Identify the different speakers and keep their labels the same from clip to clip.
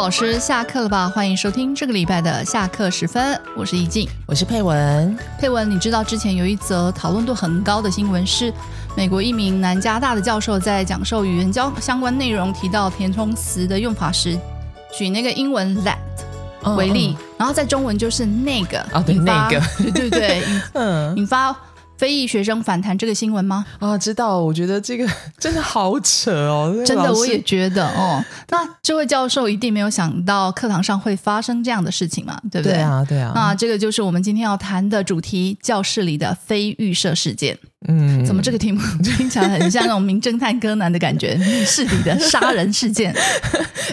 Speaker 1: 老师下课了吧？欢迎收听这个礼拜的下课时分，我是易静。
Speaker 2: 我是佩文，
Speaker 1: 佩文，你知道之前有一则讨论度很高的新闻是，美国一名南加大的教授在讲授语言教相关内容提到填充词的用法时，举那个英文 that
Speaker 2: 嗯
Speaker 1: 为例，然后在中文就是那个
Speaker 2: 哦对
Speaker 1: 引发
Speaker 2: 那个
Speaker 1: 对对对，
Speaker 2: 嗯，
Speaker 1: 引发非裔学生反弹这个新闻 吗？
Speaker 2: 啊，知道，我觉得这 个真的好扯哦，
Speaker 1: 真
Speaker 2: 这个
Speaker 1: 的，
Speaker 2: 老师
Speaker 1: 我也觉得哦。那这位教授一定没有想到课堂上会发生这样的事情嘛，对不
Speaker 2: 对啊，对啊，
Speaker 1: 那这个就是我们今天要谈的主题——教室里的非预设事件。
Speaker 2: 嗯，
Speaker 1: 怎么这个题目听起来很像那种名侦探柯南的感觉？密室里的杀人事件，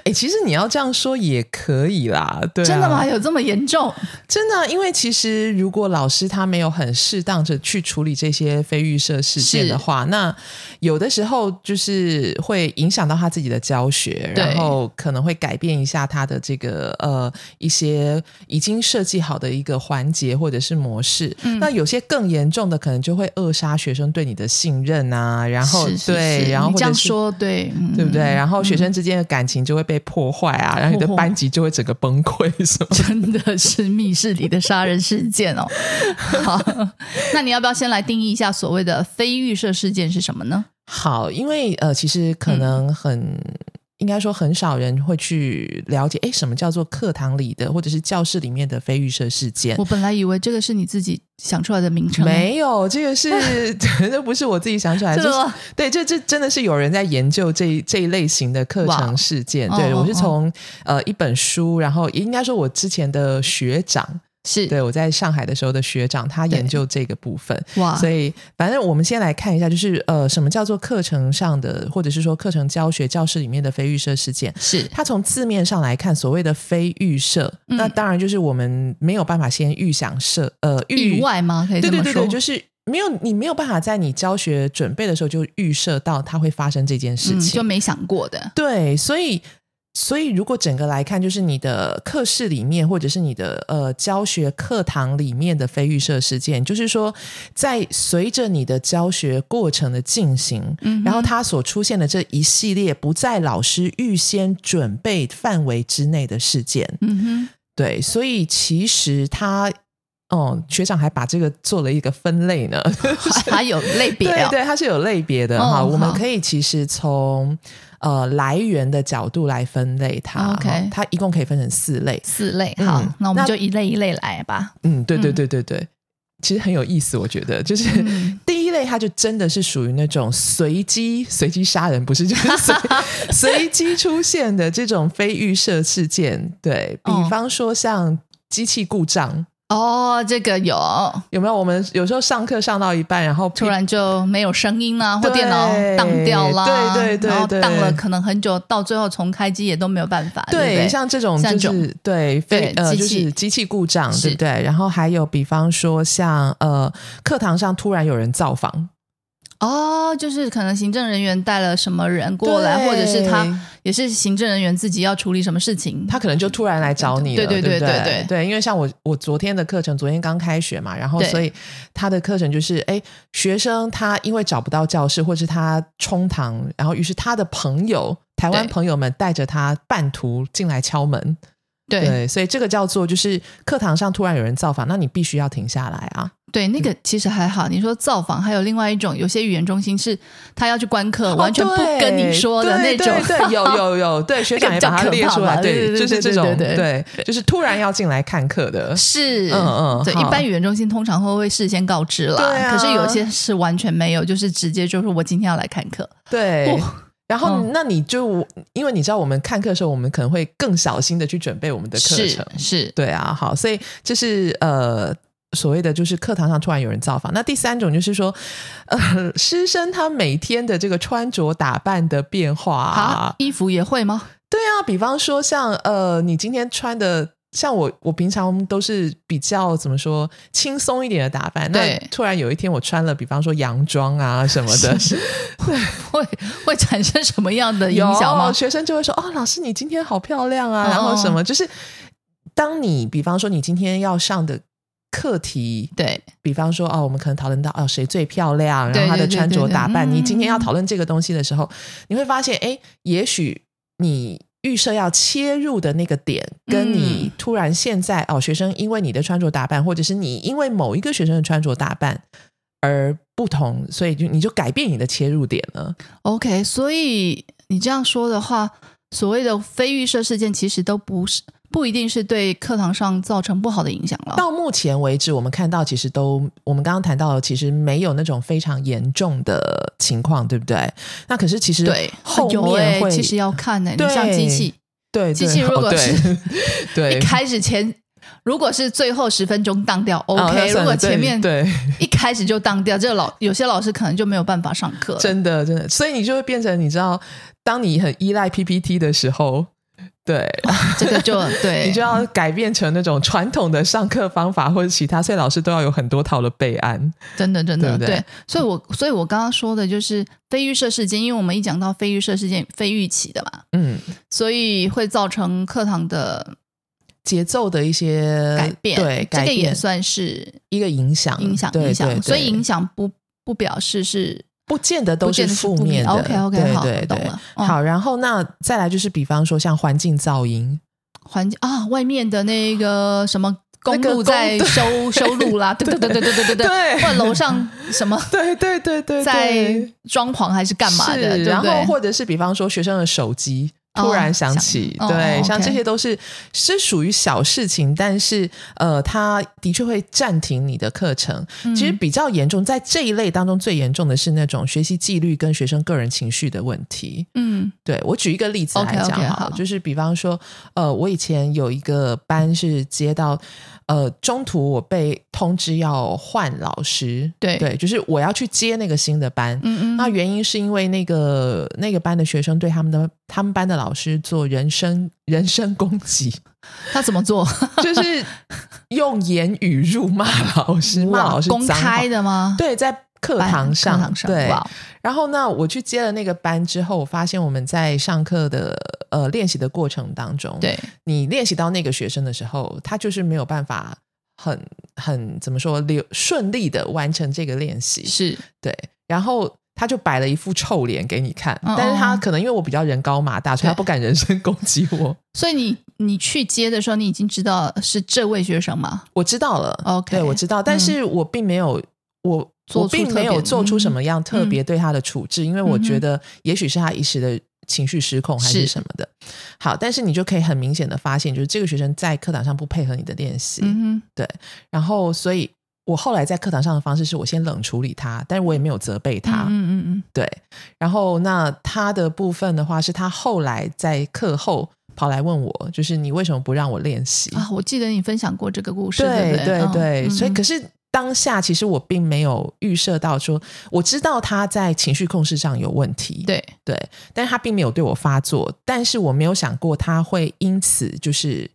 Speaker 2: 哎，其实你要这样说也可以啦， 对、啊
Speaker 1: 真的吗？？有这么严重？
Speaker 2: 真的啊，因为其实如果老师他没有很适当的去处理这些非预设事件
Speaker 1: 是
Speaker 2: 的话，那有的时候就是会影响到他自己的教学，
Speaker 1: 对
Speaker 2: 然后可能会改变一下他的这个呃一些已经设计好的一个环节或者是模式。
Speaker 1: 嗯
Speaker 2: 那有些更严重的，可能就会扼杀学生对你的信任啊，然后
Speaker 1: 是是
Speaker 2: 对，
Speaker 1: 是
Speaker 2: 然后
Speaker 1: 你
Speaker 2: 或
Speaker 1: 这
Speaker 2: 者
Speaker 1: 样
Speaker 2: 是。
Speaker 1: 说对，嗯
Speaker 2: 对不对？？然后学生之间的感情就会被破坏啊，然 后你的班级就会整个崩溃，是吗？
Speaker 1: 真的是密室里的杀人事件 哦。好，那你要不要先来定义一下所谓的非预设事件是什么呢？
Speaker 2: 好，因为呃，其实可
Speaker 1: 嗯
Speaker 2: 能很。应该说，很少人会去了解，哎，什么叫做课堂里的或者是教室里面的非预设事件
Speaker 1: 我？本来以为这个是你自己想出来的名称，
Speaker 2: 没有，这 个是这不是我自己想起来，
Speaker 1: 这
Speaker 2: 就是
Speaker 1: 个
Speaker 2: 对，这这真的是有人在研究这一这一类型的课
Speaker 1: 哇
Speaker 2: 程事件。
Speaker 1: 哦
Speaker 2: 对
Speaker 1: 哦
Speaker 2: 我是
Speaker 1: 哦
Speaker 2: 从呃一本书，然后应该说我之前的学长，
Speaker 1: 是
Speaker 2: 对我在上海的时候的学长，他研究这个部分。
Speaker 1: 哇
Speaker 2: 所以，反正我们先来看一下，就是呃，什么叫做课程上的，或者是说课程教学教室里面的非预设事件。
Speaker 1: 是
Speaker 2: 它从字面上来看，所谓的非预设，
Speaker 1: 嗯
Speaker 2: 那当然就是我们没有办法先预想设呃预
Speaker 1: 意，外吗？可以
Speaker 2: 对
Speaker 1: 这
Speaker 2: 对
Speaker 1: 么
Speaker 2: 对
Speaker 1: 说
Speaker 2: 对，，就是没有你没有办法在你教学准备的时候就预设到它会发生这件事
Speaker 1: 嗯，
Speaker 2: 情，
Speaker 1: 就没想过的，
Speaker 2: 对，所以所以如果整个来看，就是你的课室里面，或者是你的呃教学课堂里面的非预设事件，就是说，在随着你的教学过程的进行，
Speaker 1: 嗯哼
Speaker 2: 然后它所出现的这一系列不在老师预先准备范围之内的事件，
Speaker 1: 嗯哼。
Speaker 2: 对，所以其实它。哦，学长还把这个做了一个分 类呢，
Speaker 1: 还有类别
Speaker 2: 对
Speaker 1: 哦，
Speaker 2: 对，它是有类别的
Speaker 1: 哦
Speaker 2: 哈、我们
Speaker 1: 好
Speaker 2: 可以其实从呃来源的角度来分类它。
Speaker 1: OK
Speaker 2: 哈它一共可以分成四类。
Speaker 1: 四类。好，
Speaker 2: 嗯
Speaker 1: 那我们
Speaker 2: 那
Speaker 1: 就一类一类来吧。
Speaker 2: 嗯，对对
Speaker 1: 嗯
Speaker 2: 对对对，其实很有意思，我觉得就是。
Speaker 1: 嗯，
Speaker 2: 第一类，它就真的是属于那种随机随机杀人，不是就是 随随机出现的这种非预设事件。对比
Speaker 1: 哦
Speaker 2: 方说，像机器故障，
Speaker 1: 哦，这个有，
Speaker 2: 有没有？我们有时候上课上到一半，然后
Speaker 1: 突然就没有声音啦，或
Speaker 2: 对
Speaker 1: 电脑宕掉啦，
Speaker 2: 对对对
Speaker 1: 然后
Speaker 2: 对
Speaker 1: 宕了可能很久，到最后重开机也都没有办法，啊对不对，
Speaker 2: 像这种
Speaker 1: 像
Speaker 2: 就
Speaker 1: 这种
Speaker 2: 是对非
Speaker 1: 对
Speaker 2: 呃
Speaker 1: 机
Speaker 2: 就
Speaker 1: 器
Speaker 2: 是机器故障，
Speaker 1: 是
Speaker 2: 对不对？然后还有比方说像呃课堂上突然有人造访
Speaker 1: 哦，就是可能行政人员带了什么人过来，
Speaker 2: 对
Speaker 1: 或者是他也是行政人员自己要处理什么事情，
Speaker 2: 他可能就突然来找你了，
Speaker 1: 对对对
Speaker 2: 对不
Speaker 1: 对
Speaker 2: 对
Speaker 1: 对
Speaker 2: 因为像我我昨天的课程，昨天刚开学嘛，然后
Speaker 1: 对
Speaker 2: 所以他的课程就是哎学生他因为找不到教室，或是他冲堂，然后于是他的朋友。台湾
Speaker 1: 对
Speaker 2: 朋友们带着他半途进来敲门，
Speaker 1: 对
Speaker 2: 所以这个叫做就是课堂上突然有人造访，那你必须要停下来啊。
Speaker 1: 对，那个其实还好。你说造访，还有另外一种，有些语言中心是他要去观课，完全不跟你说的
Speaker 2: 哦
Speaker 1: 那
Speaker 2: 对
Speaker 1: 种，
Speaker 2: 对对 对，有有有，对，学长也把它列出来，
Speaker 1: 那个比较可怕吧对对对
Speaker 2: 就是这
Speaker 1: 对
Speaker 2: 种，
Speaker 1: 对
Speaker 2: 对，就是突然要进来看课的，
Speaker 1: 是，
Speaker 2: 嗯嗯
Speaker 1: 对，
Speaker 2: 好
Speaker 1: 一般语言中心通常会会事先告知啦，
Speaker 2: 对啊
Speaker 1: 可是有些是完全没有，就是直接就是我今天要来看课，
Speaker 2: 对。然后
Speaker 1: 嗯，
Speaker 2: 那你就因为你知道，我们看课的时候，我们可能会更小心的去准备我们的课
Speaker 1: 是
Speaker 2: 程，
Speaker 1: 是，
Speaker 2: 对啊，好，所以这是呃所谓的就是课堂上突然有人造访。那第三种就是说，呃，师生他每天的这个穿着打扮的变化
Speaker 1: 啊，衣服也会吗？
Speaker 2: 对啊，比方说像呃，你今天穿的，像我，我平常都是比较怎么说轻松一点的打扮。那
Speaker 1: 对
Speaker 2: 突然有一天我穿了，比方说洋装啊什么 的，
Speaker 1: 会会产生什么样的影
Speaker 2: 有
Speaker 1: 响吗？
Speaker 2: 学生就会说：“哦，老师你今天好漂亮啊！”
Speaker 1: 哦
Speaker 2: 然后什么，就是当你比方说你今天要上的课题，
Speaker 1: 对，
Speaker 2: 比方说哦，我们可能讨论到哦谁最漂亮，然
Speaker 1: 对
Speaker 2: 后她的
Speaker 1: 对对
Speaker 2: 穿着
Speaker 1: 对对
Speaker 2: 打扮，
Speaker 1: 嗯
Speaker 2: 你今天要讨论这个东西的时候，你会发现，哎，也许你预设要切入的那个点，跟你
Speaker 1: 嗯
Speaker 2: 突然现在哦，学生因为你的穿着打扮，或者是你因为某一个学生的穿着打扮而不同，所以就你就改变你的切入点了。
Speaker 1: OK，所以你这样说的话，所谓的非预设事件其实都不是不一定是对课堂上造成不好的影响了。
Speaker 2: 到目前为止，我们看到其实都，我们刚刚谈到的，其实没有那种非常严重的情况，对不对？那可是其实
Speaker 1: 对，
Speaker 2: 后
Speaker 1: 有
Speaker 2: 面
Speaker 1: 欸
Speaker 2: 会
Speaker 1: 其实要看呢、
Speaker 2: 对
Speaker 1: 你像机器，
Speaker 2: 对对
Speaker 1: 机器如果
Speaker 2: 哦对
Speaker 1: 是
Speaker 2: 对
Speaker 1: 一开始前如果是最后十分钟当掉
Speaker 2: 哦那
Speaker 1: ，OK；、如
Speaker 2: 算
Speaker 1: 果
Speaker 2: 了对
Speaker 1: 前面
Speaker 2: 对
Speaker 1: 一开始就当掉，这个老有些老师可能就没有办法上课了。
Speaker 2: 真的真的，所以你就会变成你知道，当你很依赖 PPT 的时候，对，
Speaker 1: 这个 就对
Speaker 2: 你就要改变成那种传统的上课方法或者其他，所以老师都要有很多套的备案。
Speaker 1: 真的，真
Speaker 2: 对
Speaker 1: 的，
Speaker 2: 不对
Speaker 1: 所以我，所以我刚刚说的就是非预设事件，因为我们一讲到非预设事件、非预期的嘛，
Speaker 2: 嗯，
Speaker 1: 所以会造成课堂的
Speaker 2: 节奏的一些
Speaker 1: 改变。
Speaker 2: 呃对，改
Speaker 1: 这个也
Speaker 2: 变
Speaker 1: 算是
Speaker 2: 一个影响，
Speaker 1: 影响，
Speaker 2: 对
Speaker 1: 影响。
Speaker 2: 对
Speaker 1: 所以
Speaker 2: 对
Speaker 1: 影响不不表示是
Speaker 2: 不见得都
Speaker 1: 不见得是
Speaker 2: 负面的。
Speaker 1: 负面 OK，OK，
Speaker 2: 对
Speaker 1: 好
Speaker 2: 对
Speaker 1: 懂
Speaker 2: 对
Speaker 1: 了嗯
Speaker 2: 好，然后那再来就是，比方说像环境噪音，
Speaker 1: 环境啊，外面的那个什么公
Speaker 2: 那个
Speaker 1: 路
Speaker 2: 公
Speaker 1: 在
Speaker 2: 对
Speaker 1: 修修路啦，对对对对对对对
Speaker 2: 对
Speaker 1: 或者楼上什么
Speaker 2: 对对对对，
Speaker 1: 在装潢还是干嘛的，对
Speaker 2: 是然
Speaker 1: 不
Speaker 2: 后
Speaker 1: 对？
Speaker 2: 或者是比方说学生的手机。
Speaker 1: 哦
Speaker 2: 突然响起，
Speaker 1: 响
Speaker 2: 对，
Speaker 1: 哦
Speaker 2: 像
Speaker 1: OK
Speaker 2: 这些都是是属于小事情，但是呃，它的确会暂停你的课程。
Speaker 1: 嗯
Speaker 2: 其实比较严重，在这一类当中最严重的是那种学习纪律跟学生个人情绪的问题。
Speaker 1: 嗯
Speaker 2: 对我举一个例子来
Speaker 1: OK，OK，
Speaker 2: 讲好了
Speaker 1: 好
Speaker 2: 就是比方说，呃，我以前有一个班是接到，呃，中途我被通知要换老师，
Speaker 1: 对
Speaker 2: 对，就是我要去接那个新的班。
Speaker 1: 嗯
Speaker 2: 那
Speaker 1: 嗯，
Speaker 2: 原因是因为那个那个班的学生对他们的他们班的老师做人身人身攻 击，
Speaker 1: 他怎么做？
Speaker 2: 就是用言语辱骂老师，骂 老师
Speaker 1: 公
Speaker 2: 脏话
Speaker 1: 开的吗？
Speaker 2: 对，在课
Speaker 1: 班，
Speaker 2: 堂上，
Speaker 1: 课堂上，
Speaker 2: 对，
Speaker 1: 哇哦
Speaker 2: 然后呢，我去接了那个班之后，我发现我们在上课的呃练习的过程当中，，
Speaker 1: 对，
Speaker 2: 你练习到那个学生的时候，他就是没有办法很很怎么说流顺利的完成这个练习，
Speaker 1: 是
Speaker 2: 对，然后。他就摆了一副臭脸给你看，
Speaker 1: 嗯
Speaker 2: 但是
Speaker 1: 嗯
Speaker 2: 他
Speaker 1: 嗯
Speaker 2: 可能因为我比较人高马大，所以他
Speaker 1: 对
Speaker 2: 不敢人身攻击 我。
Speaker 1: 所以你你去接的时候，你已经知道是这位学生吗？
Speaker 2: 我知道了
Speaker 1: OK，
Speaker 2: 对我知道，但
Speaker 1: 嗯
Speaker 2: 是我并没有、我
Speaker 1: 做出
Speaker 2: 我并
Speaker 1: 特
Speaker 2: 没有
Speaker 1: 别
Speaker 2: 做出什么样特
Speaker 1: 嗯
Speaker 2: 别对他的处置，因为我
Speaker 1: 嗯哼
Speaker 2: 觉得也许是他一时的情绪失控还是
Speaker 1: 是
Speaker 2: 什么的。好，但是你就可以很明显的发现，就是这个学生在课堂上不配合你的练习，
Speaker 1: 嗯
Speaker 2: 然后所以。我后来在课堂上的方式是我先冷处理他，但是我也没有责备
Speaker 1: 哼，
Speaker 2: 他，
Speaker 1: 嗯嗯嗯
Speaker 2: 对。然后那他的部分的话，是他后来在课后跑来问我，就是你为什么不让我练习
Speaker 1: 嗯啊，我记得你分享过这个故事，
Speaker 2: 对
Speaker 1: 对不
Speaker 2: 对
Speaker 1: 嗯嗯
Speaker 2: 所以
Speaker 1: 嗯
Speaker 2: 可是当下其实我并没有预设到说，我知道他在情绪控制上有问题，
Speaker 1: 对
Speaker 2: 对，但是他并没有对我发作，但是我没有想过他会因此就是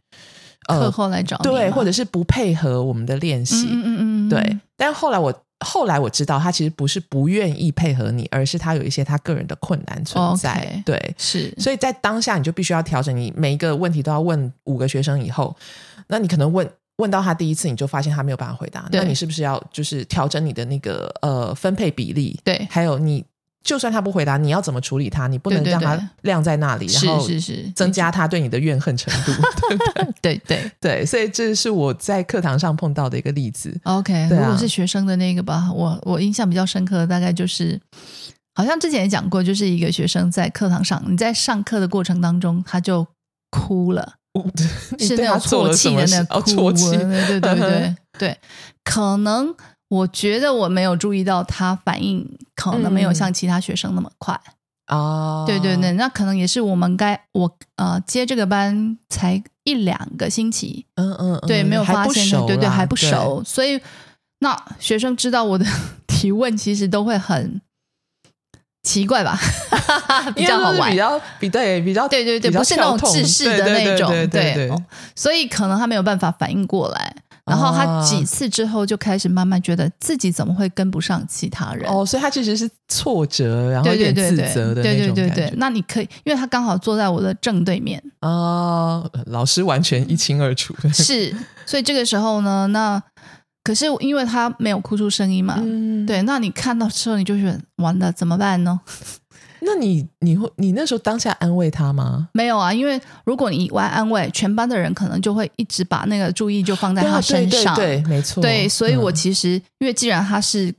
Speaker 2: 呃
Speaker 1: 课后来找你
Speaker 2: 对，
Speaker 1: 吗
Speaker 2: 或者是不配合我们的练习，
Speaker 1: 嗯嗯嗯嗯，嗯
Speaker 2: 对，。但是后来我后来我知道，他其实不是不愿意配合你，而是他有一些他个人的困难存在
Speaker 1: 哦 OK
Speaker 2: 对。
Speaker 1: 是
Speaker 2: 所以在当下你就必须要调整，你每一个问题都要问五个学生以后，那你可能问问到他第一次，你就发现他没有办法回答，
Speaker 1: 对
Speaker 2: 那你是不是要就是调整你的那个呃分配比例？
Speaker 1: 对
Speaker 2: 还有你就算他不回答，你要怎么处理他？你不能
Speaker 1: 对对
Speaker 2: 让
Speaker 1: 对
Speaker 2: 他晾在那里，然
Speaker 1: 是
Speaker 2: 后
Speaker 1: 是是
Speaker 2: 增加他对你的怨恨程度， 对不 对？
Speaker 1: 对对
Speaker 2: 对，所以这是我在课堂上碰到的一个例子。
Speaker 1: OK，、
Speaker 2: 对
Speaker 1: 如
Speaker 2: 啊
Speaker 1: 果是学生的那个吧，我我印象比较深刻的大概就是，好像之前也讲过，就是一个学生在课堂上，你在上课的过程当中，他就哭 了，
Speaker 2: 你
Speaker 1: 是
Speaker 2: 对
Speaker 1: 那
Speaker 2: 他
Speaker 1: 种
Speaker 2: 做了
Speaker 1: 啜
Speaker 2: 什
Speaker 1: 泣
Speaker 2: 么
Speaker 1: 的
Speaker 2: 事
Speaker 1: 那
Speaker 2: 哦，
Speaker 1: 个哭，
Speaker 2: 啜泣，
Speaker 1: 对对对
Speaker 2: 嗯
Speaker 1: 对对，可能我觉得我没有注意到他反应，可能没有
Speaker 2: 嗯
Speaker 1: 像其他学生那么快，
Speaker 2: 啊，
Speaker 1: 对对对，，那可能也是我们该我呃接这个班才一两个星期，
Speaker 2: 嗯嗯，嗯
Speaker 1: 对，没有发现，对对，还不。
Speaker 2: 还熟啦
Speaker 1: 熟，所以那学生知道我的 提问，其实都会很奇怪吧， 比
Speaker 2: 因为
Speaker 1: 较好
Speaker 2: 就是
Speaker 1: 玩
Speaker 2: 比。较比对比较
Speaker 1: 对对对
Speaker 2: 比较
Speaker 1: 不是那种
Speaker 2: 跳痛
Speaker 1: 制式的那种
Speaker 2: 对对
Speaker 1: 对哦所以可能他没有办法反应过来，然后他
Speaker 2: 啊
Speaker 1: 几次之后就开始慢慢觉得自己怎么会跟不上其他人。
Speaker 2: 哦，所以他其实是挫折，然后
Speaker 1: 对
Speaker 2: 有
Speaker 1: 对
Speaker 2: 点
Speaker 1: 对
Speaker 2: 自
Speaker 1: 对
Speaker 2: 责的
Speaker 1: 对
Speaker 2: 那
Speaker 1: 对
Speaker 2: 种
Speaker 1: 对
Speaker 2: 感
Speaker 1: 对
Speaker 2: 觉，
Speaker 1: 那你可以，因为他刚好坐在我的正对 面，
Speaker 2: 啊，老师完全一清二楚，
Speaker 1: 是，所以这个时候呢，那可是因为他没有哭出声音嘛，
Speaker 2: 嗯，
Speaker 1: 对，那你看到之后，你就觉得完了怎么办呢？
Speaker 2: 那你你会你那时候当下安慰他吗？
Speaker 1: 没有啊，因为如果你以外安慰，全班的人可能就会一直把那个注意就放在
Speaker 2: 对啊
Speaker 1: 他身上。
Speaker 2: 对对对，没错，
Speaker 1: 对所以我
Speaker 2: 嗯
Speaker 1: 其实、因为既然他是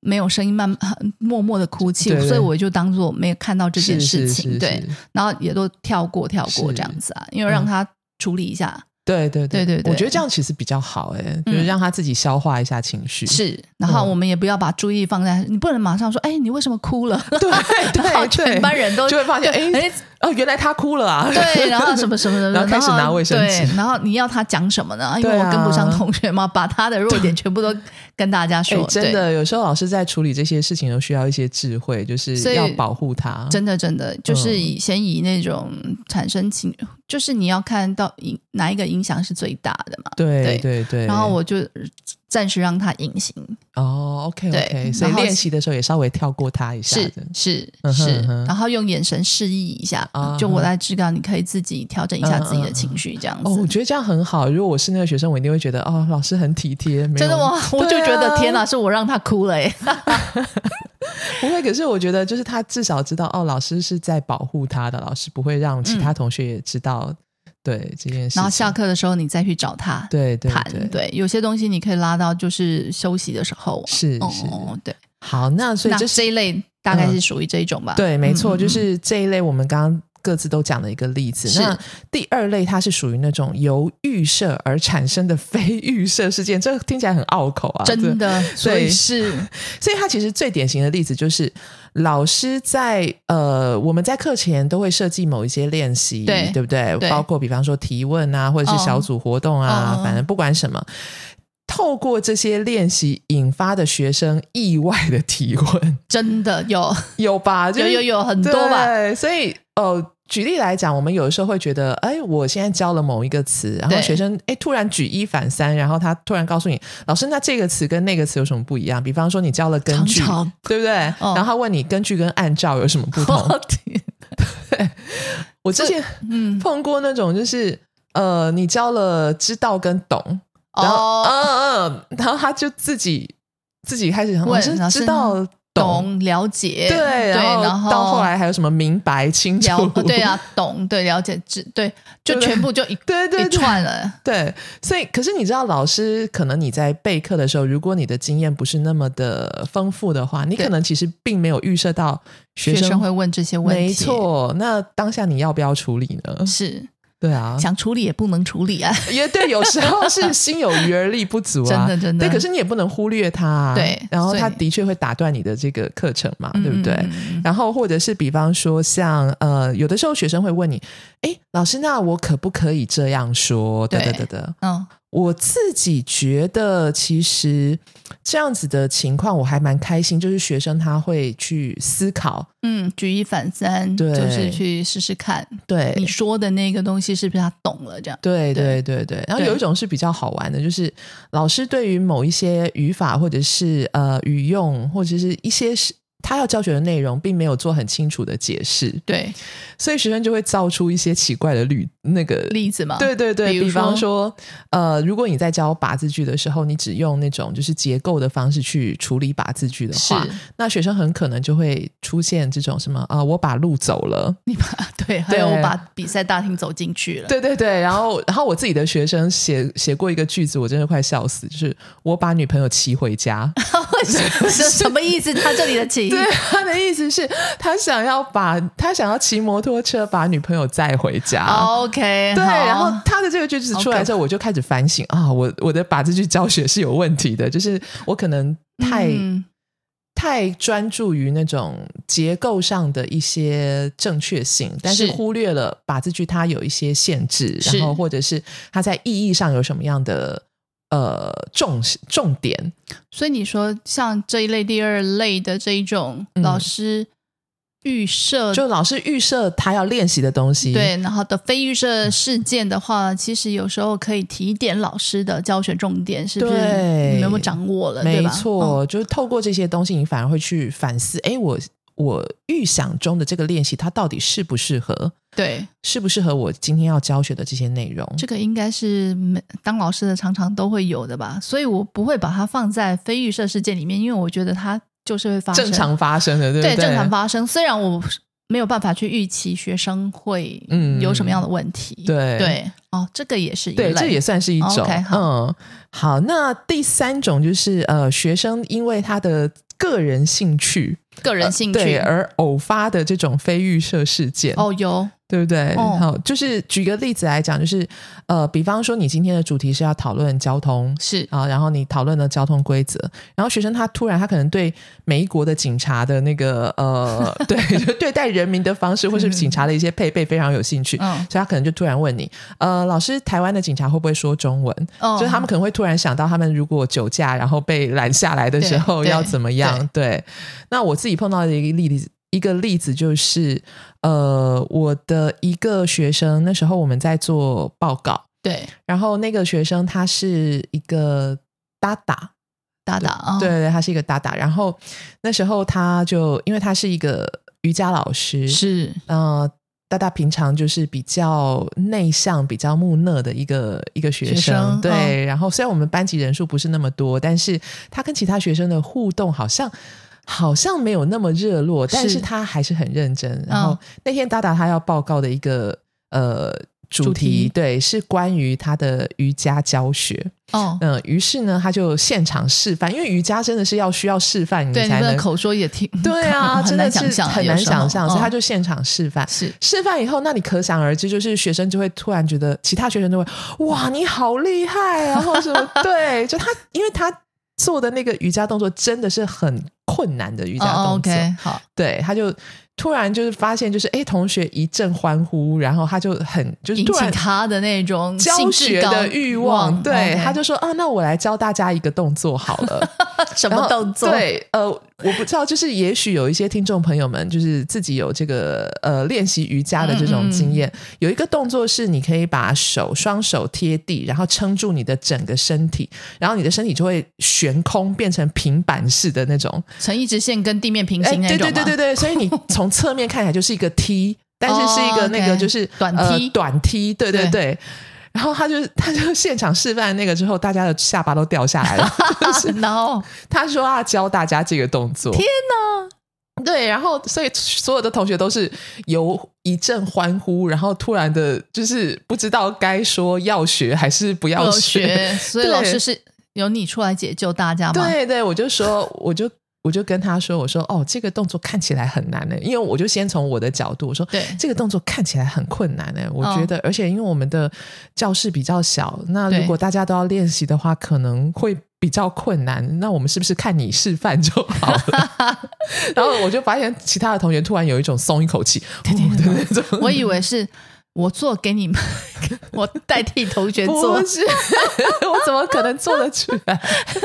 Speaker 1: 没有声音慢，慢默默的哭泣，
Speaker 2: 对对
Speaker 1: 所以我就当做没有看到这件事情，
Speaker 2: 是是是
Speaker 1: 对，
Speaker 2: 是
Speaker 1: 然后也都跳过跳过
Speaker 2: 是嗯
Speaker 1: 这样子啊，因为让他处理一下。
Speaker 2: 对对
Speaker 1: 对对对
Speaker 2: 我觉得这样其实比较好、欸，哎，就
Speaker 1: 嗯
Speaker 2: 是让他自己消化一下情绪。
Speaker 1: 是，然后
Speaker 2: 嗯
Speaker 1: 我们也不要把注意放在，你不能马上说，哎，你为什么哭了？
Speaker 2: 对
Speaker 1: 然后
Speaker 2: 对
Speaker 1: 全
Speaker 2: 对，
Speaker 1: 班人都
Speaker 2: 就会发现，哎、
Speaker 1: 哎，
Speaker 2: 哦，原来他哭了 啊！
Speaker 1: 对，然后什么什么的，
Speaker 2: 然后开始拿卫生纸
Speaker 1: 对，然后你要他讲什么 呢？因为
Speaker 2: 对
Speaker 1: 我
Speaker 2: 啊
Speaker 1: 跟不上同学嘛，把他的弱点全部都跟大家
Speaker 2: 哎
Speaker 1: 说，，
Speaker 2: 真的，有时候老师在处理这些事情都需要一些智慧，就是
Speaker 1: 所以
Speaker 2: 要保护他
Speaker 1: 对，。真的真的，就是以先以那种产生情，就是你要看到影哪一个影响是最大的嘛。对
Speaker 2: 对对对。
Speaker 1: 然后我就暂时让他隐形，
Speaker 2: 哦，OK
Speaker 1: 对
Speaker 2: OK，所以
Speaker 1: 然后
Speaker 2: 练习的时候也稍微跳过他一下
Speaker 1: 是
Speaker 2: 的。
Speaker 1: 是
Speaker 2: 嗯哼
Speaker 1: 是
Speaker 2: 嗯，哼
Speaker 1: 然后用眼神示意一下
Speaker 2: 啊，
Speaker 1: 就我在知道你可以自己调整一下自己的情绪，这样
Speaker 2: 哦，我
Speaker 1: 子。
Speaker 2: 觉得这样很好。如果我是那个学生，我一定会觉得哦，老师很体贴。没有
Speaker 1: 真的吗？我就
Speaker 2: 对啊
Speaker 1: 觉得天哪，是我让他哭了 哎。
Speaker 2: 不会，可是我觉得就是他至少知道哦，老师是在保护他的，老师不会让其他同学也知道、对这件事
Speaker 1: 嗯
Speaker 2: 情。
Speaker 1: 然后下课的时候你再去找他，
Speaker 2: 对对
Speaker 1: 谈
Speaker 2: 对，
Speaker 1: 对，有些东西你可以拉到就是休息的时候啊，
Speaker 2: 是
Speaker 1: 哦
Speaker 2: 是
Speaker 1: 哦哦对，
Speaker 2: 好，那所以
Speaker 1: 那
Speaker 2: 这
Speaker 1: 这
Speaker 2: 是嗯
Speaker 1: 一类大概是属于这一种吧，
Speaker 2: 对，没
Speaker 1: 嗯
Speaker 2: 错，
Speaker 1: 嗯嗯
Speaker 2: 就是这一类我们刚刚。各自都讲了一个例子。
Speaker 1: 是
Speaker 2: 那第二类，它是属于那种由预设而产生的 非预设事件，这个听起来很拗口啊，
Speaker 1: 嗯真
Speaker 2: 对。
Speaker 1: 的，所以是
Speaker 2: 所以它其实最典型的例子就是，老师在呃，我们在课前都会设计某一些练习，
Speaker 1: 对
Speaker 2: 不对？
Speaker 1: 对哦
Speaker 2: 包括比方说提问啊，或者是小组活动啊，
Speaker 1: 嗯嗯
Speaker 2: 反正不管什么。透过这些练习引发的学生意外的提问，
Speaker 1: 真的有
Speaker 2: 有吧？就
Speaker 1: 有
Speaker 2: 是
Speaker 1: 有有很多吧，
Speaker 2: 对，所以呃，举例来讲，我们有的时候会觉得，哎，我现在教了某一个词，然后
Speaker 1: 对
Speaker 2: 学生哎突然举一反三，然后他突然告诉你，老师，那这个词跟那个词有什么不一样？比方说你教了根
Speaker 1: 常
Speaker 2: 据，
Speaker 1: 常
Speaker 2: 对不对？
Speaker 1: 哦
Speaker 2: 然后他问你根据跟按照有什么不 同？
Speaker 1: 我天，
Speaker 2: 我之前
Speaker 1: 嗯，
Speaker 2: 碰过那种，就是呃，你教了知道跟懂，然后
Speaker 1: 哦，
Speaker 2: 嗯嗯，然后他就自己自己开始想
Speaker 1: 问
Speaker 2: 老
Speaker 1: 老
Speaker 2: 师
Speaker 1: 师
Speaker 2: 知道懂。
Speaker 1: 懂了解，
Speaker 2: 对，
Speaker 1: 然后
Speaker 2: 到后来还有什么明白清楚
Speaker 1: 了，对啊，懂对了解，知 对，就
Speaker 2: 对
Speaker 1: 全部就一
Speaker 2: 对对
Speaker 1: 一
Speaker 2: 对，
Speaker 1: 串了，
Speaker 2: 对，所以可是你知道，老师可能你在备课的时候，如果你的经验不是那么的丰富的话，你
Speaker 1: 对
Speaker 2: 可能其实并没有预设到学
Speaker 1: 学
Speaker 2: 生
Speaker 1: 生会问这些问题，
Speaker 2: 没，错，那当下你要不要处理 呢？
Speaker 1: 是
Speaker 2: 对啊，
Speaker 1: 想处理也不能处理啊，
Speaker 2: 也对，有时候是心有余而力不足啊，
Speaker 1: 真的真的
Speaker 2: 对，可是你也不能忽略他、啊，
Speaker 1: 对
Speaker 2: 然后
Speaker 1: 所以
Speaker 2: 他的确会打断你的这个课程嘛，对不对？
Speaker 1: 嗯？嗯嗯嗯
Speaker 2: 然后或者是比方说像呃，有的时候学生会问你，哎，老师，那我可不可以这样说？
Speaker 1: 对
Speaker 2: 对对对。
Speaker 1: 嗯，
Speaker 2: 我自己觉得，其实这样子的情况我还蛮开心，就是学生他会去思考，
Speaker 1: 嗯，举一反三，
Speaker 2: 对
Speaker 1: 就是去试试看
Speaker 2: 对，
Speaker 1: 你说的那个东西是不是他懂了，这样
Speaker 2: 对对对对。然后有一种是比较好玩的，就是老师对于某一些语法或者是呃语用或者是一些是他要教学的内容，并没有做很清楚的解释，
Speaker 1: 对
Speaker 2: 所以学生就会造出一些奇怪的律那个
Speaker 1: 例子嘛？
Speaker 2: 对对对，
Speaker 1: 比
Speaker 2: 比
Speaker 1: 如
Speaker 2: 方说，呃，如果你在教八字句的时候，你只用那种就是结构的方式去处理八字句的
Speaker 1: 是
Speaker 2: 话，那学生很可能就会出现这种什么啊、我把路走了，
Speaker 1: 你把 对，还有
Speaker 2: 对
Speaker 1: 我把比赛大厅走进去 了，
Speaker 2: 对对对，然后然后我自己的学生写写过一个句子，我真的快笑死，就是我把女朋友骑回家，
Speaker 1: 是是什么意思？他这里的起因
Speaker 2: 对，他的意思是，他想要把他想要骑摩托车把女朋友载回家。
Speaker 1: 哦，OK，
Speaker 2: 对，
Speaker 1: 好
Speaker 2: 然后他的这个句子出来之后，我就开始反省啊，我我的把这句教学是有问题的，就是我可能太、
Speaker 1: 嗯
Speaker 2: 太专注于那种结构上的一些正确性，但是
Speaker 1: 是
Speaker 2: 忽略了把这句它有一些限制，
Speaker 1: 是
Speaker 2: 然后或者是它在意义上有什么样的呃重重点。
Speaker 1: 所以你说像这一类、第二类的这一种
Speaker 2: 嗯
Speaker 1: 老师预设
Speaker 2: 就老师预设他要练习的东
Speaker 1: 呃
Speaker 2: 西，
Speaker 1: 对，然后的非预设事件的话，其实有时候可以提点老师的教学重点，是不是
Speaker 2: 对
Speaker 1: 你们有没有掌握了？对
Speaker 2: 没
Speaker 1: 吧？哦嗯
Speaker 2: 错，就是透过这些东西，你反而会去反思，哎，我我预想中的这个练习，它到底适不适合，
Speaker 1: 对，
Speaker 2: 适不适合我今天要教学的这些内容？
Speaker 1: 这个应该是每当老师的常常都会有的吧，所以我不会把它放在非预设事件里面，因为我觉得它就是会发生
Speaker 2: 正常发生的，对不
Speaker 1: 对
Speaker 2: 对？
Speaker 1: 正常发生。虽然我没有办法去预期学生会
Speaker 2: 嗯
Speaker 1: 有什么样的问题，
Speaker 2: 对
Speaker 1: 对哦，这个也是一
Speaker 2: 对，
Speaker 1: 类，
Speaker 2: 这也算是一种。
Speaker 1: 哦 OK，好
Speaker 2: 嗯，好。那第三种就是呃，学生因为他的个人兴趣，呃
Speaker 1: 个人兴
Speaker 2: 对，
Speaker 1: 趣
Speaker 2: 而偶发的这种非预设事件，
Speaker 1: 哦有
Speaker 2: 对不对？
Speaker 1: 哦
Speaker 2: 好，就是举个例子来讲，就是呃，比方说你今天的主题是要讨论交通。
Speaker 1: 是
Speaker 2: 啊，然后你讨论了交通规则，然后学生他突然他可能对美国的警察的那个呃， 对，就对待人民的方式，或是警察的一些配备非常有兴趣，
Speaker 1: 嗯
Speaker 2: 所以他可能就突然问你，呃，老师，台湾的警察会不会说中文？
Speaker 1: 哦，
Speaker 2: 就是他们可能会突然想到，他们如果酒驾然后被拦下来的时候
Speaker 1: 对对
Speaker 2: 要怎么样？对，那我自己碰到的一个例子，一个例子就是，呃，我的一个学生那时候我们在做报告，
Speaker 1: 对
Speaker 2: 然后那个学生他是一个搭打，
Speaker 1: 打打啊，哦
Speaker 2: 对，对，他是一个搭打，然后那时候他就因为他是一个瑜伽老师，
Speaker 1: 是
Speaker 2: 呃，大大平常就是比较内向、比较木讷的一个一个学生，
Speaker 1: 学生嗯
Speaker 2: 对。然后虽然我们班级人数不是那么多，但是他跟其他学生的互动好像。好像没有那么热络，但是他还是很认
Speaker 1: 嗯
Speaker 2: 真。然后那天达达他要报告的一个呃主题，
Speaker 1: 主题
Speaker 2: 对，是关于他的瑜伽教学。
Speaker 1: 哦，
Speaker 2: 嗯、于是呢，他就现场示范，因为瑜伽真的是要需要示范，你
Speaker 1: 对，你
Speaker 2: 才
Speaker 1: 们
Speaker 2: 能
Speaker 1: 的口说也挺
Speaker 2: 对啊，
Speaker 1: 很
Speaker 2: 真
Speaker 1: 难
Speaker 2: 的
Speaker 1: 想
Speaker 2: 是
Speaker 1: 象，
Speaker 2: 很
Speaker 1: 有
Speaker 2: 难
Speaker 1: 时候
Speaker 2: 想象，所以他
Speaker 1: 嗯
Speaker 2: 就现场示范。
Speaker 1: 是
Speaker 2: 示范以后，那你可想而知，就是学生就会突然觉得，其他学生都会哇，你好厉害啊，或者什么对，就他，因为他做的那个瑜伽动作真的是很困难的瑜伽
Speaker 1: 哦
Speaker 2: 动作，
Speaker 1: OK 好
Speaker 2: 对，他就突然就是发现，就是哎，同学一阵欢呼，然后他就很就是
Speaker 1: 引
Speaker 2: 突
Speaker 1: 起
Speaker 2: 然
Speaker 1: 他的那种
Speaker 2: 教
Speaker 1: 兴致
Speaker 2: 学
Speaker 1: 高
Speaker 2: 的欲望，对，
Speaker 1: ，OK
Speaker 2: 他就说啊，那我来教大家一个动作好了。
Speaker 1: 什
Speaker 2: 然
Speaker 1: 么
Speaker 2: 后
Speaker 1: 动作
Speaker 2: 对，呃，我不知道，就是也许有一些听众朋友们，就是自己有这个呃练习瑜伽的这种经
Speaker 1: 嗯
Speaker 2: 验，有一个动作是你可以把手双手贴地，然后撑住你的整个身体，然后你的身体就会悬空变成平板式的那种，
Speaker 1: 成一直线跟地面平
Speaker 2: 哎，
Speaker 1: 行那
Speaker 2: 对
Speaker 1: 种
Speaker 2: 对
Speaker 1: 吗
Speaker 2: 对对对，所以你从侧面看起来就是一个 T，但是是一
Speaker 1: 哦
Speaker 2: 个那个
Speaker 1: ，OK
Speaker 2: 就是、
Speaker 1: 短
Speaker 2: 呃
Speaker 1: T
Speaker 2: 短 T，对对
Speaker 1: 对
Speaker 2: 对。然后他就他就现场示范那个之后，大家的下巴都掉下 来了，就是
Speaker 1: 然后
Speaker 2: 他说他教大家这个动作。天哪！对，然后所以所有的同学都是由一阵欢呼，然后突然的，就是不知道该说要学还是不要
Speaker 1: 有
Speaker 2: 学。
Speaker 1: 学，所以
Speaker 2: 对
Speaker 1: 老师是由你出来解救大家吗？
Speaker 2: 对对，我就说， 我就我就跟他说，我说哦，这个动作看起来很难呢，因为我就先从我的角度我说，
Speaker 1: 对
Speaker 2: 这个动作看起来很困难呢，我
Speaker 1: 嗯
Speaker 2: 觉得，而且因为我们的教室比较小，那
Speaker 1: 对
Speaker 2: 如果大家都要练习的话，可能会。比较困难，那我们是不是看你示范就好了？ 然后我就发现其他的同学突然有一种松一口气， 对对对对，那种
Speaker 1: 我以为是我做给你们， 我代替同学做
Speaker 2: 不。 是，我怎么可能做得出来？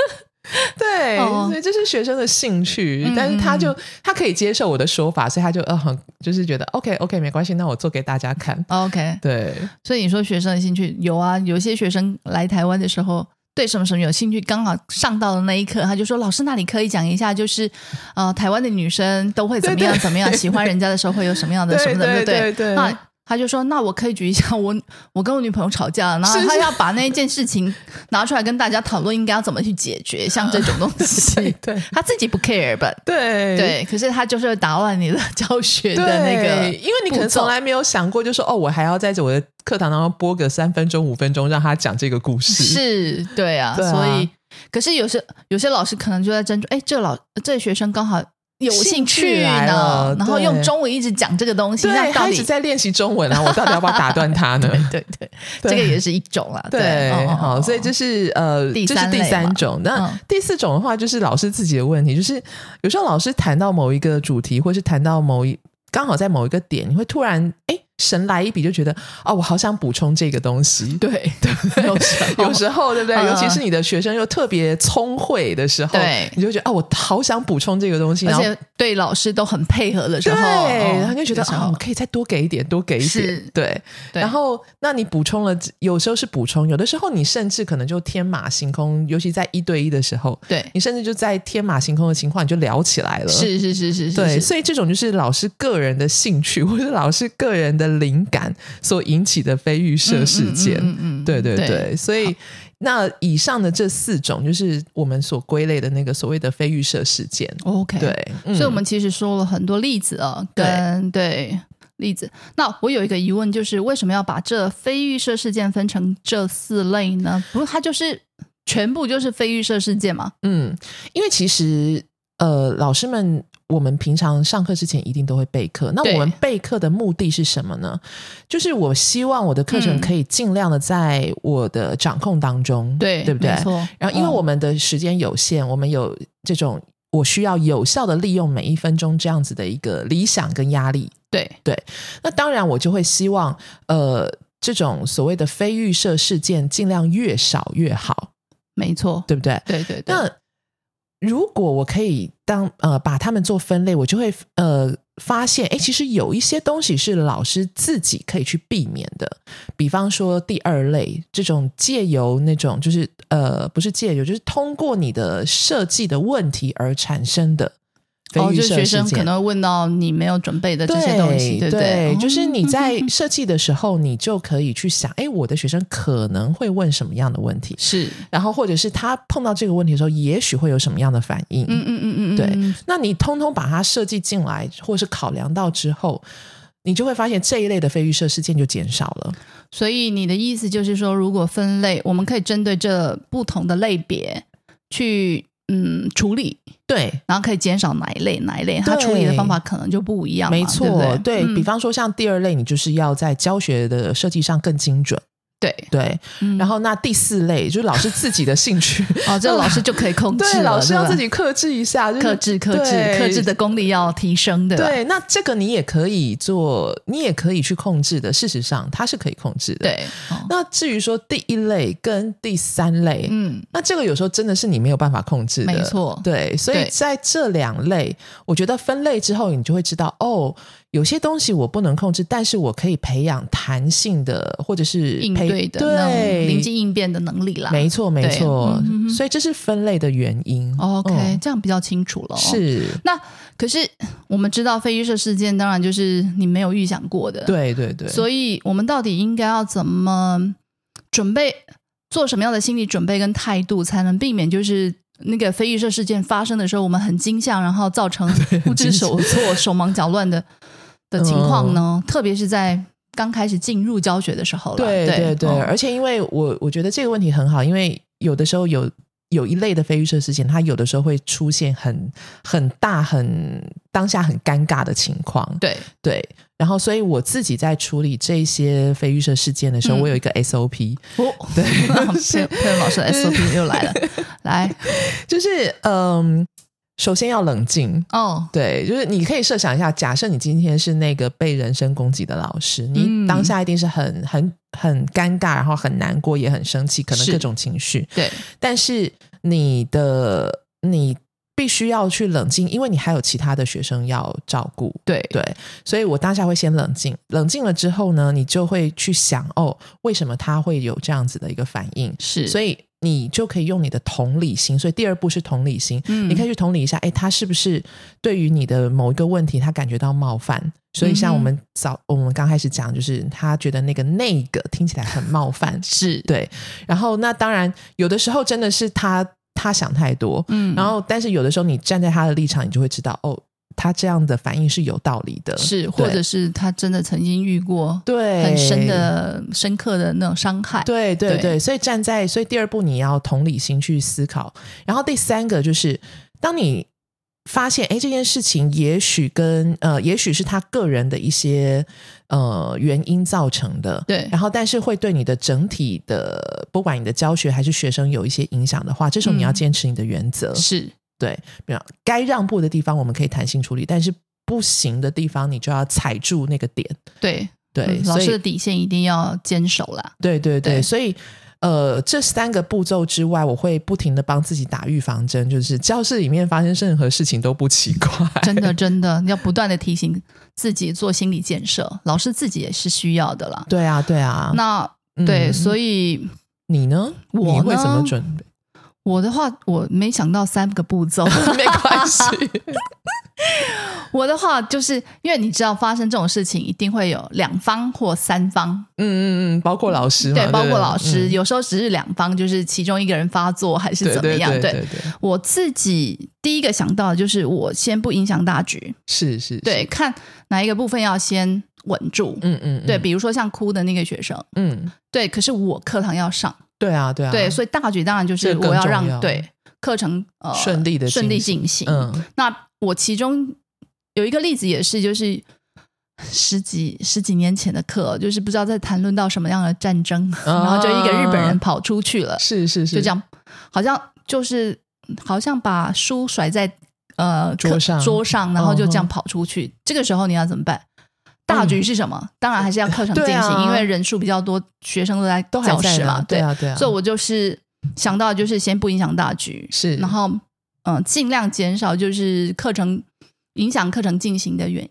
Speaker 2: 对，
Speaker 1: 哦
Speaker 2: 所以这是学生的兴趣，
Speaker 1: 嗯
Speaker 2: 但是他就他可以接受我的说法，所以他就呃很就是觉得 OK OK 没关系，那我做给大家看。
Speaker 1: OK，
Speaker 2: 对，
Speaker 1: 所以你说学生的兴趣有啊，有些学生来台湾的时候。对什么什么有兴趣，刚好上到的那一刻，他就说：“老师，那你可以讲一下， 就是呃，台湾的女生都会怎么样
Speaker 2: 对对
Speaker 1: 怎么样，喜欢人家的时候会有什么样的
Speaker 2: 对
Speaker 1: 什么的，
Speaker 2: 对
Speaker 1: 对
Speaker 2: 对
Speaker 1: 不
Speaker 2: 对
Speaker 1: 那他就说：“那我可以举一下我 我跟我女朋友吵架，然后
Speaker 2: 是是
Speaker 1: 他要把那件事情拿出来跟大家讨论，应该要怎么去解决，像这种东西，
Speaker 2: 对对
Speaker 1: 他自己不 care 吧？
Speaker 2: 对
Speaker 1: 对，可是他就是会打乱你的教学的
Speaker 2: 对
Speaker 1: 那个，
Speaker 2: 因为你可能从来没有想过，就说哦，我还要在我的课堂当中播个三分钟、五分钟，让他讲这个故事。
Speaker 1: 是，对啊，
Speaker 2: 对啊
Speaker 1: 所以可是有些有些老师可能就在斟酌，哎，这老这学生刚好有兴
Speaker 2: 兴
Speaker 1: 趣
Speaker 2: 趣来
Speaker 1: 呢
Speaker 2: 了，
Speaker 1: 然后
Speaker 2: 对
Speaker 1: 用中文一直讲这个东西，那
Speaker 2: 对，
Speaker 1: 到
Speaker 2: 他一
Speaker 1: 底
Speaker 2: 直在练习中文啊，我到底要不要打断他呢？
Speaker 1: 对对，
Speaker 2: 对
Speaker 1: 这个也是一种啦，
Speaker 2: 对，
Speaker 1: 哦哦
Speaker 2: 好，
Speaker 1: 哦
Speaker 2: 所以这是呃，
Speaker 1: 第
Speaker 2: 这是
Speaker 1: 三
Speaker 2: 第
Speaker 1: 类嘛
Speaker 2: 三种。那、
Speaker 1: 嗯
Speaker 2: 第四种的话，就是老师自己的问题，就是有时候老师谈到某一个主题，或是谈到某一刚好在某一个点，你会突然哎神来一笔，就觉得哦，我好想补充这个东西。
Speaker 1: 对对，有时候
Speaker 2: 有时候，对不对？
Speaker 1: 嗯
Speaker 2: 尤其是你的学生又特别聪慧的时候，
Speaker 1: 对
Speaker 2: 你就觉得啊，我好想补充这个东西，
Speaker 1: 哦而
Speaker 2: 然后
Speaker 1: 且对老师都很配合的时
Speaker 2: 对，
Speaker 1: 候，哦
Speaker 2: 然后就觉得
Speaker 1: 有时
Speaker 2: 啊，
Speaker 1: 候
Speaker 2: 我可以再多给一点，多给一
Speaker 1: 是
Speaker 2: 点，对。
Speaker 1: 对
Speaker 2: 然后，那你补充了，有时候是补充，有的时候你甚至可能就天马行空，尤其在一对一的时候，
Speaker 1: 对，
Speaker 2: 你甚至就在天马行空的情况，你就聊起来了。。
Speaker 1: 是是是是
Speaker 2: 对，
Speaker 1: 是是，
Speaker 2: 所以这种就是老师个人的兴趣，或者老师个人的灵感所引起的非预设事件。
Speaker 1: 嗯嗯嗯嗯嗯
Speaker 2: 对对
Speaker 1: 对
Speaker 2: 对，所以那以上的这四种，就是我们所归类的那个所谓的非预设事件。
Speaker 1: 哦 OK，
Speaker 2: 对，，嗯
Speaker 1: 所以我们其实说了很多例子啊，
Speaker 2: 对
Speaker 1: 跟对例子。那我有一个疑问，就是为什么要把这非预设事件分成这四类呢？不是，它就是全部就是非预设事件嘛？
Speaker 2: 嗯，因为其实呃，老师们。我们平常上课之前一定都会备课，那
Speaker 1: 对
Speaker 2: 我们备课的目的是什么呢？就是我希望我的课程
Speaker 1: 嗯
Speaker 2: 可以尽量的在我的掌控当中，
Speaker 1: 对，
Speaker 2: 对不对？
Speaker 1: 没错。
Speaker 2: 然后，因为
Speaker 1: 嗯
Speaker 2: 我们的时间有限，我们有这种我需要有效的利用每一分钟这样子的一个理想跟压力。
Speaker 1: 对
Speaker 2: 那当然，我就会希望，呃，这种所谓的非预设事件尽量越少越好，
Speaker 1: 没错，
Speaker 2: 对不对？
Speaker 1: 对对对，
Speaker 2: 那如果我可以当呃把它们做分类，我就会呃发现，
Speaker 1: 嗯
Speaker 2: 哎，其实有一些东西是老师自己可以去避免的，比方说第二类这种借由那种就是呃不是借由，就是通过你的设计的问题而产生的非
Speaker 1: 哦，
Speaker 2: 预
Speaker 1: 就是
Speaker 2: 设
Speaker 1: 学
Speaker 2: 事
Speaker 1: 生
Speaker 2: 件
Speaker 1: 可能会问到你没有准备的这些东西，对哦
Speaker 2: 对
Speaker 1: 不对？
Speaker 2: 就是 你在
Speaker 1: 嗯
Speaker 2: 设计的时候，你就可以去想，哎，我的学生可能会问什么样的问题，
Speaker 1: 是，
Speaker 2: 然后或者是他碰到这个问题的时候，也许会有什么样的反应。
Speaker 1: 嗯嗯嗯嗯，嗯
Speaker 2: 对
Speaker 1: 嗯
Speaker 2: 那你通通把它设计进来，或是考量到之后，你就会发现这一类的非预设事件就减少了。
Speaker 1: 所以你的意思就是说，如果分类，我们可以针对这不同的类别去嗯处理，
Speaker 2: 对，
Speaker 1: 然后可以减少哪一类哪一类，它
Speaker 2: 对
Speaker 1: 处理的方法可能就不一样嘛，
Speaker 2: 没错，
Speaker 1: 对不对？嗯
Speaker 2: 比方说像第二类，你就是要在教学的设计上更精准。
Speaker 1: 对，
Speaker 2: 对，
Speaker 1: 嗯
Speaker 2: 然后那第四类就是老师自己的兴趣，
Speaker 1: 哦，这个老师就可以控制
Speaker 2: 啊对，
Speaker 1: 了，
Speaker 2: 老师要
Speaker 1: 吧
Speaker 2: 自己克制一下，就是
Speaker 1: 克制克制
Speaker 2: 对
Speaker 1: 克制的功力要提升，对吧？
Speaker 2: 对，那这个你也可以做，你也可以去控制的。事实上，它是可以控制的。，
Speaker 1: 对，哦
Speaker 2: 那至于说第一类跟第三类，
Speaker 1: 嗯，
Speaker 2: 那这个有时候真的是你没有办法控制的，
Speaker 1: 没错
Speaker 2: 对，所以
Speaker 1: 对
Speaker 2: 在这两类，我觉得分类之后，你就会知道哦，有些东西我不能控制，但是我可以培养弹性的，或者是
Speaker 1: 应
Speaker 2: 培
Speaker 1: 对的那种
Speaker 2: 对
Speaker 1: 临机应变的能力啦。
Speaker 2: 没错，没
Speaker 1: 对
Speaker 2: 错
Speaker 1: 嗯哼哼。哦
Speaker 2: 所以这是分类的原因。
Speaker 1: OK，、
Speaker 2: 嗯
Speaker 1: 这样比较清楚了、哦。
Speaker 2: 是，
Speaker 1: 那可是我们知道非预设事件，当然就是你没有预想过的。，
Speaker 2: 对对对，
Speaker 1: 所以我们到底应该要怎么准备，做什么样的心理准备跟态度，才能避免就是那个非预设事件发生的时候，我们很惊吓，然后造 成不知所措、手忙脚乱的的情况呢？特别是在刚开始进入教学的时候了。
Speaker 2: 对
Speaker 1: 对
Speaker 2: 对对，
Speaker 1: 嗯
Speaker 2: 而且因为我我觉得这个问题很好，因为有的时候有有一类的非预设事件，它有的时候会出现很很大、很当下很尴尬的情况。
Speaker 1: 对
Speaker 2: 对，然后所以我自己在处理这些非预设事件的时候，
Speaker 1: 嗯
Speaker 2: 我有一个 SOP，
Speaker 1: 哦，
Speaker 2: 对
Speaker 1: 佩佩文老师的 SOP 又来了，来
Speaker 2: 就是嗯，首先要冷静。
Speaker 1: 哦，
Speaker 2: 对，就是你可以设想一下，假设你今天是那个被人身攻击的老师，
Speaker 1: 嗯
Speaker 2: 你当下一定是很很很尴尬，然后很难过，也很生气，可能
Speaker 1: 是
Speaker 2: 各种情绪。
Speaker 1: 对，
Speaker 2: 但是你的你必须要去冷静，因为你还有其他的学生要照顾。
Speaker 1: 对
Speaker 2: 对，所以我当下会先冷静，冷静了之后呢，你就会去想哦，为什么他会有这样子的一个反应？
Speaker 1: 是，
Speaker 2: 所
Speaker 1: 以
Speaker 2: 以你就可以用你的同理心。所以第二步是同理心，
Speaker 1: 嗯
Speaker 2: 你可以去同理一下，哎，他是不是对于你的某一个问题，他感觉到冒犯？所以
Speaker 1: 嗯
Speaker 2: 像我们早、我们刚开始讲，就是他觉得那个那个听起来很冒犯，
Speaker 1: 是，
Speaker 2: 对，然后那当然有的时候真的是他他想太多，
Speaker 1: 嗯
Speaker 2: 然后但是有的时候你站在他的立场，你就会知道哦，他这样的反应是有道理的，
Speaker 1: 是，
Speaker 2: 对
Speaker 1: 或者是他真的曾经遇过
Speaker 2: 对
Speaker 1: 很深。的、深刻的那种伤害。
Speaker 2: 哎对对
Speaker 1: 对
Speaker 2: 对，所以站在所以第二步你要同理心去思考，然后第三个就是当你发现哎这件事情也许跟呃也许是他个人的一些呃原因造成的，
Speaker 1: 对
Speaker 2: 然后但是会对你的整体的不管你的教学还是学生有一些影响的话，这时候你要
Speaker 1: 嗯
Speaker 2: 坚持你的原则，
Speaker 1: 是，
Speaker 2: 对，比方该让步的地方我们可以弹性处理，但是不行的地方你就要踩住那个点，
Speaker 1: 对
Speaker 2: 对，
Speaker 1: 嗯
Speaker 2: 所
Speaker 1: 老
Speaker 2: 以
Speaker 1: 师的底线一定要坚守 啦。
Speaker 2: 对对对，
Speaker 1: 对
Speaker 2: 所以呃，这三个步骤之外，我会不停的帮自己打预防针，就是教室里面发生任何事情都不奇怪。
Speaker 1: 真的，真的要不断的提醒自己做心理建设，老师自己也是需要的啦。
Speaker 2: 对啊，对啊。
Speaker 1: 那
Speaker 2: 嗯
Speaker 1: 对，所以
Speaker 2: 你呢？
Speaker 1: 我
Speaker 2: 你会怎么
Speaker 1: 呢
Speaker 2: 准 备？
Speaker 1: 我的话，我没想到三个步骤，
Speaker 2: 没关系，
Speaker 1: 我的话就是因为你知道发生这种事情一定会有两方或三方，
Speaker 2: 嗯嗯嗯，包括老师嘛，
Speaker 1: 对，
Speaker 2: 对，
Speaker 1: 包括老师，
Speaker 2: 嗯
Speaker 1: 有时候只是两方，就是其中一个人发作还是
Speaker 2: 对
Speaker 1: 怎么
Speaker 2: 对
Speaker 1: 样。
Speaker 2: 对
Speaker 1: 对
Speaker 2: 对对，
Speaker 1: 我自己第一个想到的就是我先不影响大局，
Speaker 2: 是是，
Speaker 1: 对，
Speaker 2: 是，
Speaker 1: 看哪一个部分要先稳住。
Speaker 2: 嗯嗯，
Speaker 1: 对，
Speaker 2: 嗯
Speaker 1: 比如说像哭的那个学生，
Speaker 2: 嗯，
Speaker 1: 对，可是我课堂要上，
Speaker 2: 对啊对啊，
Speaker 1: 对，所以大局当然就是
Speaker 2: 这更
Speaker 1: 我要
Speaker 2: 重
Speaker 1: 让
Speaker 2: 要
Speaker 1: 对课程呃
Speaker 2: 顺利地
Speaker 1: 顺利
Speaker 2: 进
Speaker 1: 进行。
Speaker 2: 嗯
Speaker 1: 那我其中有一个例子也是，就是十几十几年前的课，就是不知道在谈论到什么样的战争，
Speaker 2: 啊
Speaker 1: 然后就一个日本人跑出去了，
Speaker 2: 是是是，
Speaker 1: 就这样，好像就是好像把书甩在呃
Speaker 2: 桌
Speaker 1: 课
Speaker 2: 上
Speaker 1: 桌上，然后就这样
Speaker 2: 嗯哼嗯
Speaker 1: 跑出去。这个时候你要怎么办？大局是什么？当然还是要课程进
Speaker 2: 对
Speaker 1: 行，
Speaker 2: 啊
Speaker 1: 因为人数比较多，学生都在
Speaker 2: 都还
Speaker 1: 教
Speaker 2: 在
Speaker 1: 室嘛
Speaker 2: 呢，对啊对啊，
Speaker 1: 所以我就是想到，就是先不影响大局，
Speaker 2: 是
Speaker 1: 然后嗯、呃尽量减少就是课程影响课程进行的原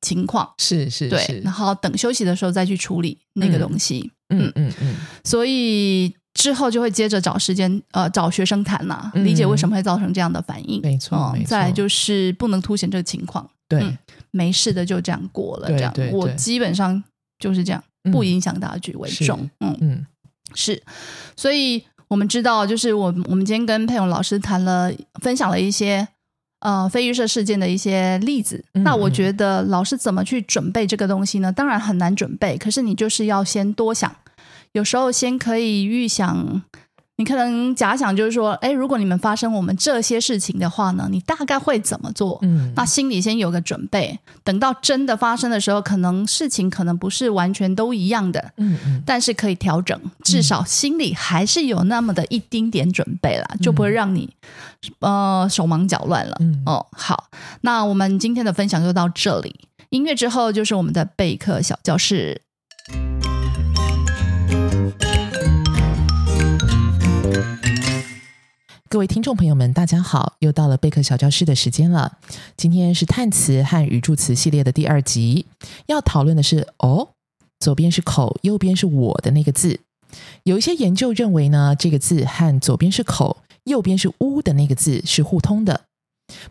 Speaker 1: 情况，
Speaker 2: 是是
Speaker 1: 对
Speaker 2: 是，
Speaker 1: 然后等休息的时候再去处理那个
Speaker 2: 嗯
Speaker 1: 东西，
Speaker 2: 嗯嗯嗯，
Speaker 1: 所以之后就会接着找时间呃找学生谈啦、理解
Speaker 2: 嗯
Speaker 1: 为什么会造成这样的反应，
Speaker 2: 没错
Speaker 1: 嗯
Speaker 2: 没错
Speaker 1: 再来就是不能凸显这个情况，
Speaker 2: 对
Speaker 1: 嗯，没事的就这样过了，
Speaker 2: 对
Speaker 1: 这样
Speaker 2: 对
Speaker 1: 我
Speaker 2: 对
Speaker 1: 基本上就是这样，不
Speaker 2: 嗯
Speaker 1: 影响大局为
Speaker 2: 是
Speaker 1: 重，嗯
Speaker 2: 嗯
Speaker 1: 是，所以我们知道，就是我我们今天跟佩勇老师谈了，分享了一些呃非预设事件的一些例子。
Speaker 2: 嗯
Speaker 1: 那我
Speaker 2: 嗯
Speaker 1: 觉得老师怎么去准备这个东西呢？当然很难准备，可是你就是要先多想，有时候先可以预想。你可能假想就是说，哎，如果你们发生我们这些事情的话呢，你大概会怎么做？
Speaker 2: 嗯，
Speaker 1: 那心里先有个准备，等到真的发生的时候，可能事情可能不是完全都一样的，
Speaker 2: 嗯嗯
Speaker 1: 但是可以调整，至少心里还是有那么的一丁点准备啦，就不会让你呃手忙脚乱了。
Speaker 2: 嗯
Speaker 1: 哦，好，那我们今天的分享就到这里。音乐之后就是我们的备课小教室。
Speaker 2: 各位听众朋友们，大家好！又到了备课小教室的时间了。今天是叹词和语助词系列的第二集，要讨论的是“哦”，左边是口，右边是我的那个字。有一些研究认为呢，这个字和左边是口，右边是屋的那个字是互通的。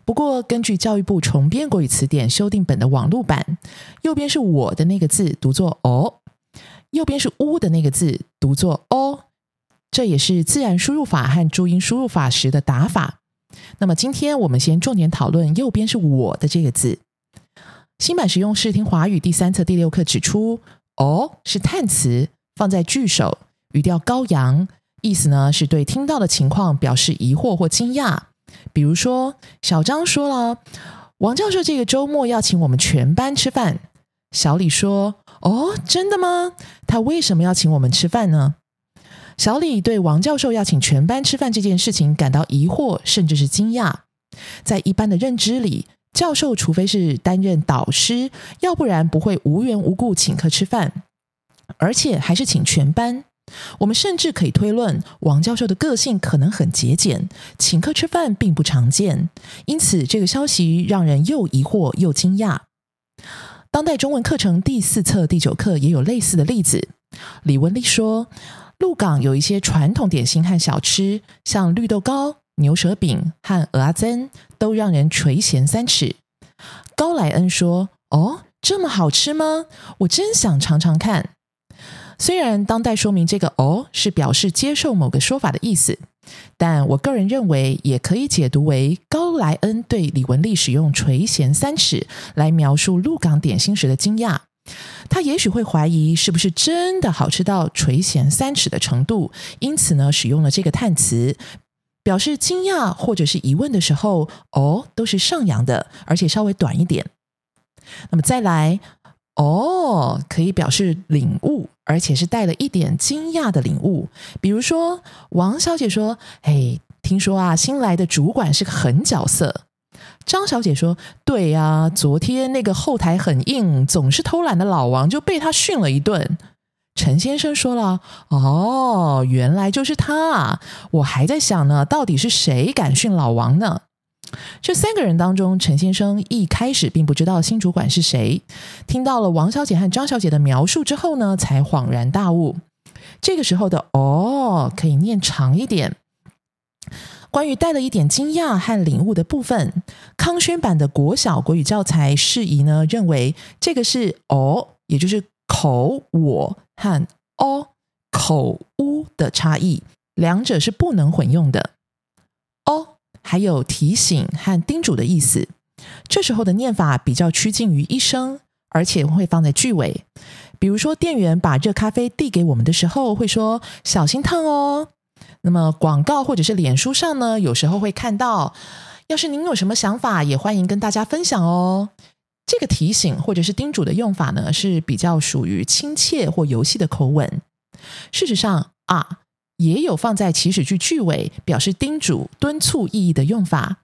Speaker 2: 不过，根据教育部重编国语词典修订本的网络版，右边是我的那个字读作“哦”，右边是屋的那个字读作“哦”。这也是自然输入法和注音输入法时的打法。那么今天我们先重点讨论右边是我的这个字。新版实用视听华语第三册第六课指出，哦是叹词，放在句首，语调高扬，意思呢是对听到的情况表示疑惑或惊讶。比如说，小张说了，王教授这个周末要请我们全班吃饭。小李说：“哦，真的吗？他为什么要请我们吃饭呢？”小李对王教授要请全班吃饭这件事情感到疑惑，甚至是惊讶。在一般的认知里，教授除非是担任导师，要不然不会无缘无故请客吃饭，而且还是请全班。我们甚至可以推论，王教授的个性可能很节俭，请客吃饭并不常见，因此这个消息让人又疑惑又惊讶。当代中文课程第四册第九课也有类似的例子。李文丽说，鹿港有一些传统点心和小吃，像绿豆糕、牛舌饼和蚵仔煎，都让人垂涎三尺。高莱恩说：“哦，这么好吃吗？我真想尝尝看。”虽然当代说明这个“哦”是表示接受某个说法的意思，但我个人认为也可以解读为高莱恩对李文丽使用“垂涎三尺”来描述鹿港点心时的惊讶。他也许会怀疑是不是真的好吃到垂涎三尺的程度，因此呢，使用了这个叹词，表示惊讶或者是疑问的时候，哦，都是上扬的，而且稍微短一点。那么再来，哦，可以表示领悟，而且是带了一点惊讶的领悟。比如说，王小姐说：“哎，听说啊，新来的主管是个狠角色。”张小姐说：“对呀、昨天那个后台很硬，总是偷懒的老王就被他训了一顿。”陈先生说了：“哦，原来就是他啊，我还在想呢，到底是谁敢训老王呢？”这三个人当中，陈先生一开始并不知道新主管是谁，听到了王小姐和张小姐的描述之后呢，才恍然大悟。这个时候的“哦”可以念长一点，关于带了一点惊讶和领悟的部分，康轩版的国小国语教材释宜呢，认为这个是哦，也就是口我和哦口乌的差异，两者是不能混用的。哦，还有提醒和叮嘱的意思。这时候的念法比较趋近于一声，而且会放在句尾。比如说，店员把热咖啡递给我们的时候，会说“小心烫哦”。那么广告或者是脸书上呢，有时候会看到，要是您有什么想法，也欢迎跟大家分享哦。这个提醒或者是叮嘱的用法呢，是比较属于亲切或游戏的口吻。事实上啊，也有放在祈使句句尾表示叮嘱、敦促意义的用法。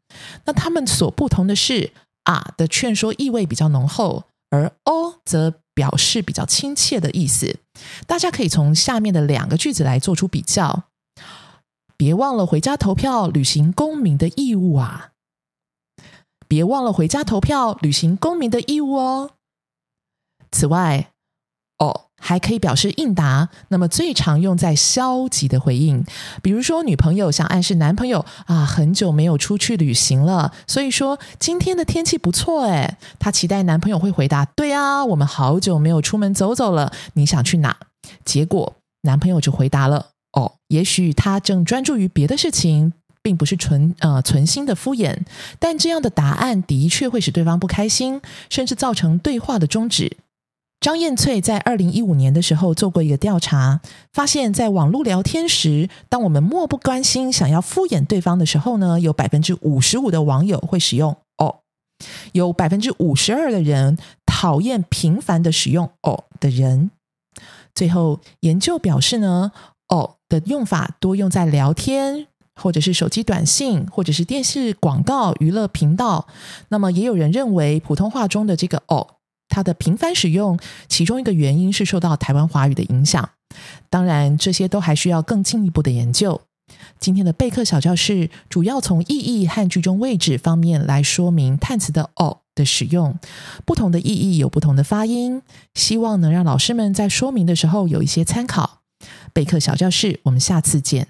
Speaker 2: 那它们所不同的是，啊的劝说意味比较浓厚，而哦则表示比较亲切的意思。大家可以从下面的两个句子来做出比较。别忘了回家投票，履行公民的义务啊！别忘了回家投票，履行公民的义务哦。此外，哦，还可以表示应答，那么最常用在消极的回应，比如说女朋友想暗示男朋友啊，很久没有出去旅行了，所以说今天的天气不错诶，她期待男朋友会回答：“对啊，我们好久没有出门走走了，你想去哪？”结果男朋友就回答了：“哦，也许他正专注于别的事情。”并不是纯呃存心的敷衍，但这样的答案的确会使对方不开心，甚至造成对话的终止。张燕翠在二零一五年的时候做过一个调查，发现，在网络聊天时，当我们漠不关心、想要敷衍对方的时候呢，有百分之五十五的网友会使用“哦”，有百分之五十二的人讨厌频繁的使用“哦”的人。最后，研究表示呢，“哦”的用法多用在聊天。或者是手机短信，或者是电视广告、娱乐频道。那么，也有人认为普通话中的这个“哦”，它的频繁使用，其中一个原因是受到台湾华语的影响。当然，这些都还需要更进一步的研究。今天的备课小教室主要从意义和句中位置方面来说明叹词的“哦”的使用，不同的意义有不同的发音，希望能让老师们在说明的时候有一些参考。备课小教室，我们下次见。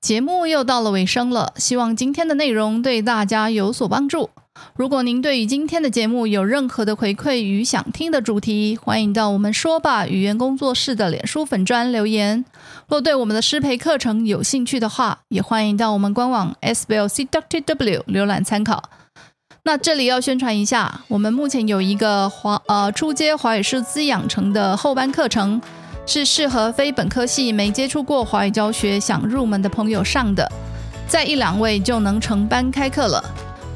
Speaker 1: 节目又到了尾声了，希望今天的内容对大家有所帮助。如果您对于今天的节目有任何的回馈与想听的主题，欢迎到我们说吧语言工作室的脸书粉专留言。若对我们的师培课程有兴趣的话，也欢迎到我们官网 s b l c t w 浏览参考。那这里要宣传一下，我们目前有一个华呃初阶华语师资养成的后班课程，是适合非本科系没接触过华语教学想入门的朋友上的，在一两位就能成班开课了。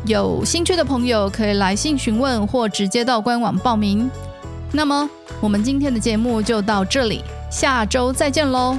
Speaker 1: 有兴趣的朋友可以来信询问或直接到官网报名。那么我们今天的节目就到这里，下周再见喽，